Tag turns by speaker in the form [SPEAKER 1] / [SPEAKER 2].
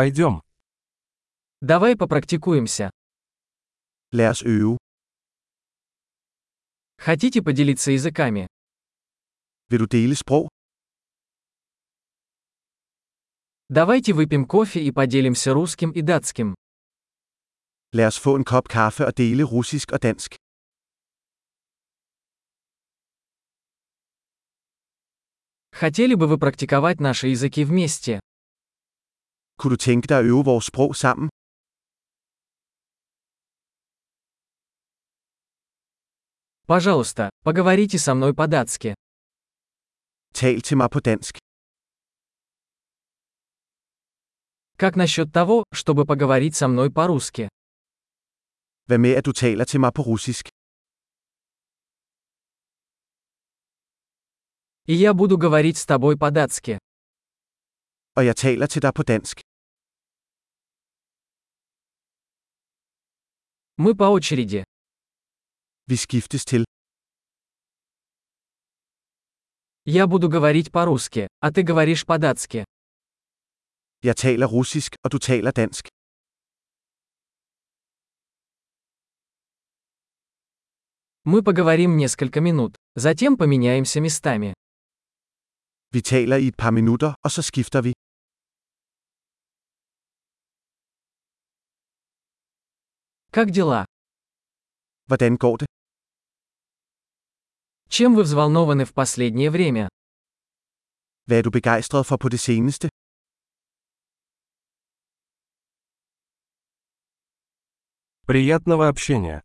[SPEAKER 1] Пойдем.
[SPEAKER 2] Давай попрактикуемся.
[SPEAKER 3] Lad os øve.
[SPEAKER 2] Хотите поделиться языками?
[SPEAKER 3] Vil du dele sprog?
[SPEAKER 2] Давайте выпьем кофе и поделимся русским и датским.
[SPEAKER 3] Lad os få en kop kaffe og dele russisk og dansk.
[SPEAKER 2] Хотели бы вы практиковать наши языки вместе?
[SPEAKER 3] Kunne du tænke dig at øve vores sprog sammen?
[SPEAKER 2] Пожалуйста, поговорите со мной по-датски.
[SPEAKER 3] Tal til mig på dansk.
[SPEAKER 2] Как насчет того, чтобы поговорить со мной по-русски?
[SPEAKER 3] Hvad med at du taler til mig på russisk?
[SPEAKER 2] И я буду говорить с тобой по-датски.
[SPEAKER 3] Og jeg taler til dig på dansk.
[SPEAKER 2] Мы по очереди.
[SPEAKER 3] Vi skiftes til.
[SPEAKER 2] Я буду говорить по-русски, а ты говоришь по-датски.
[SPEAKER 3] Jeg taler russisk, og du taler dansk.
[SPEAKER 2] Мы поговорим несколько минут, затем поменяемся местами.
[SPEAKER 3] Vi taler i et par minutter, og så skifter vi.
[SPEAKER 2] Как дела?
[SPEAKER 3] Hvordan går det?
[SPEAKER 2] Чем вы взволнованы в последнее время?
[SPEAKER 3] Hvad er du begejstret for på det seneste?
[SPEAKER 1] Приятного общения.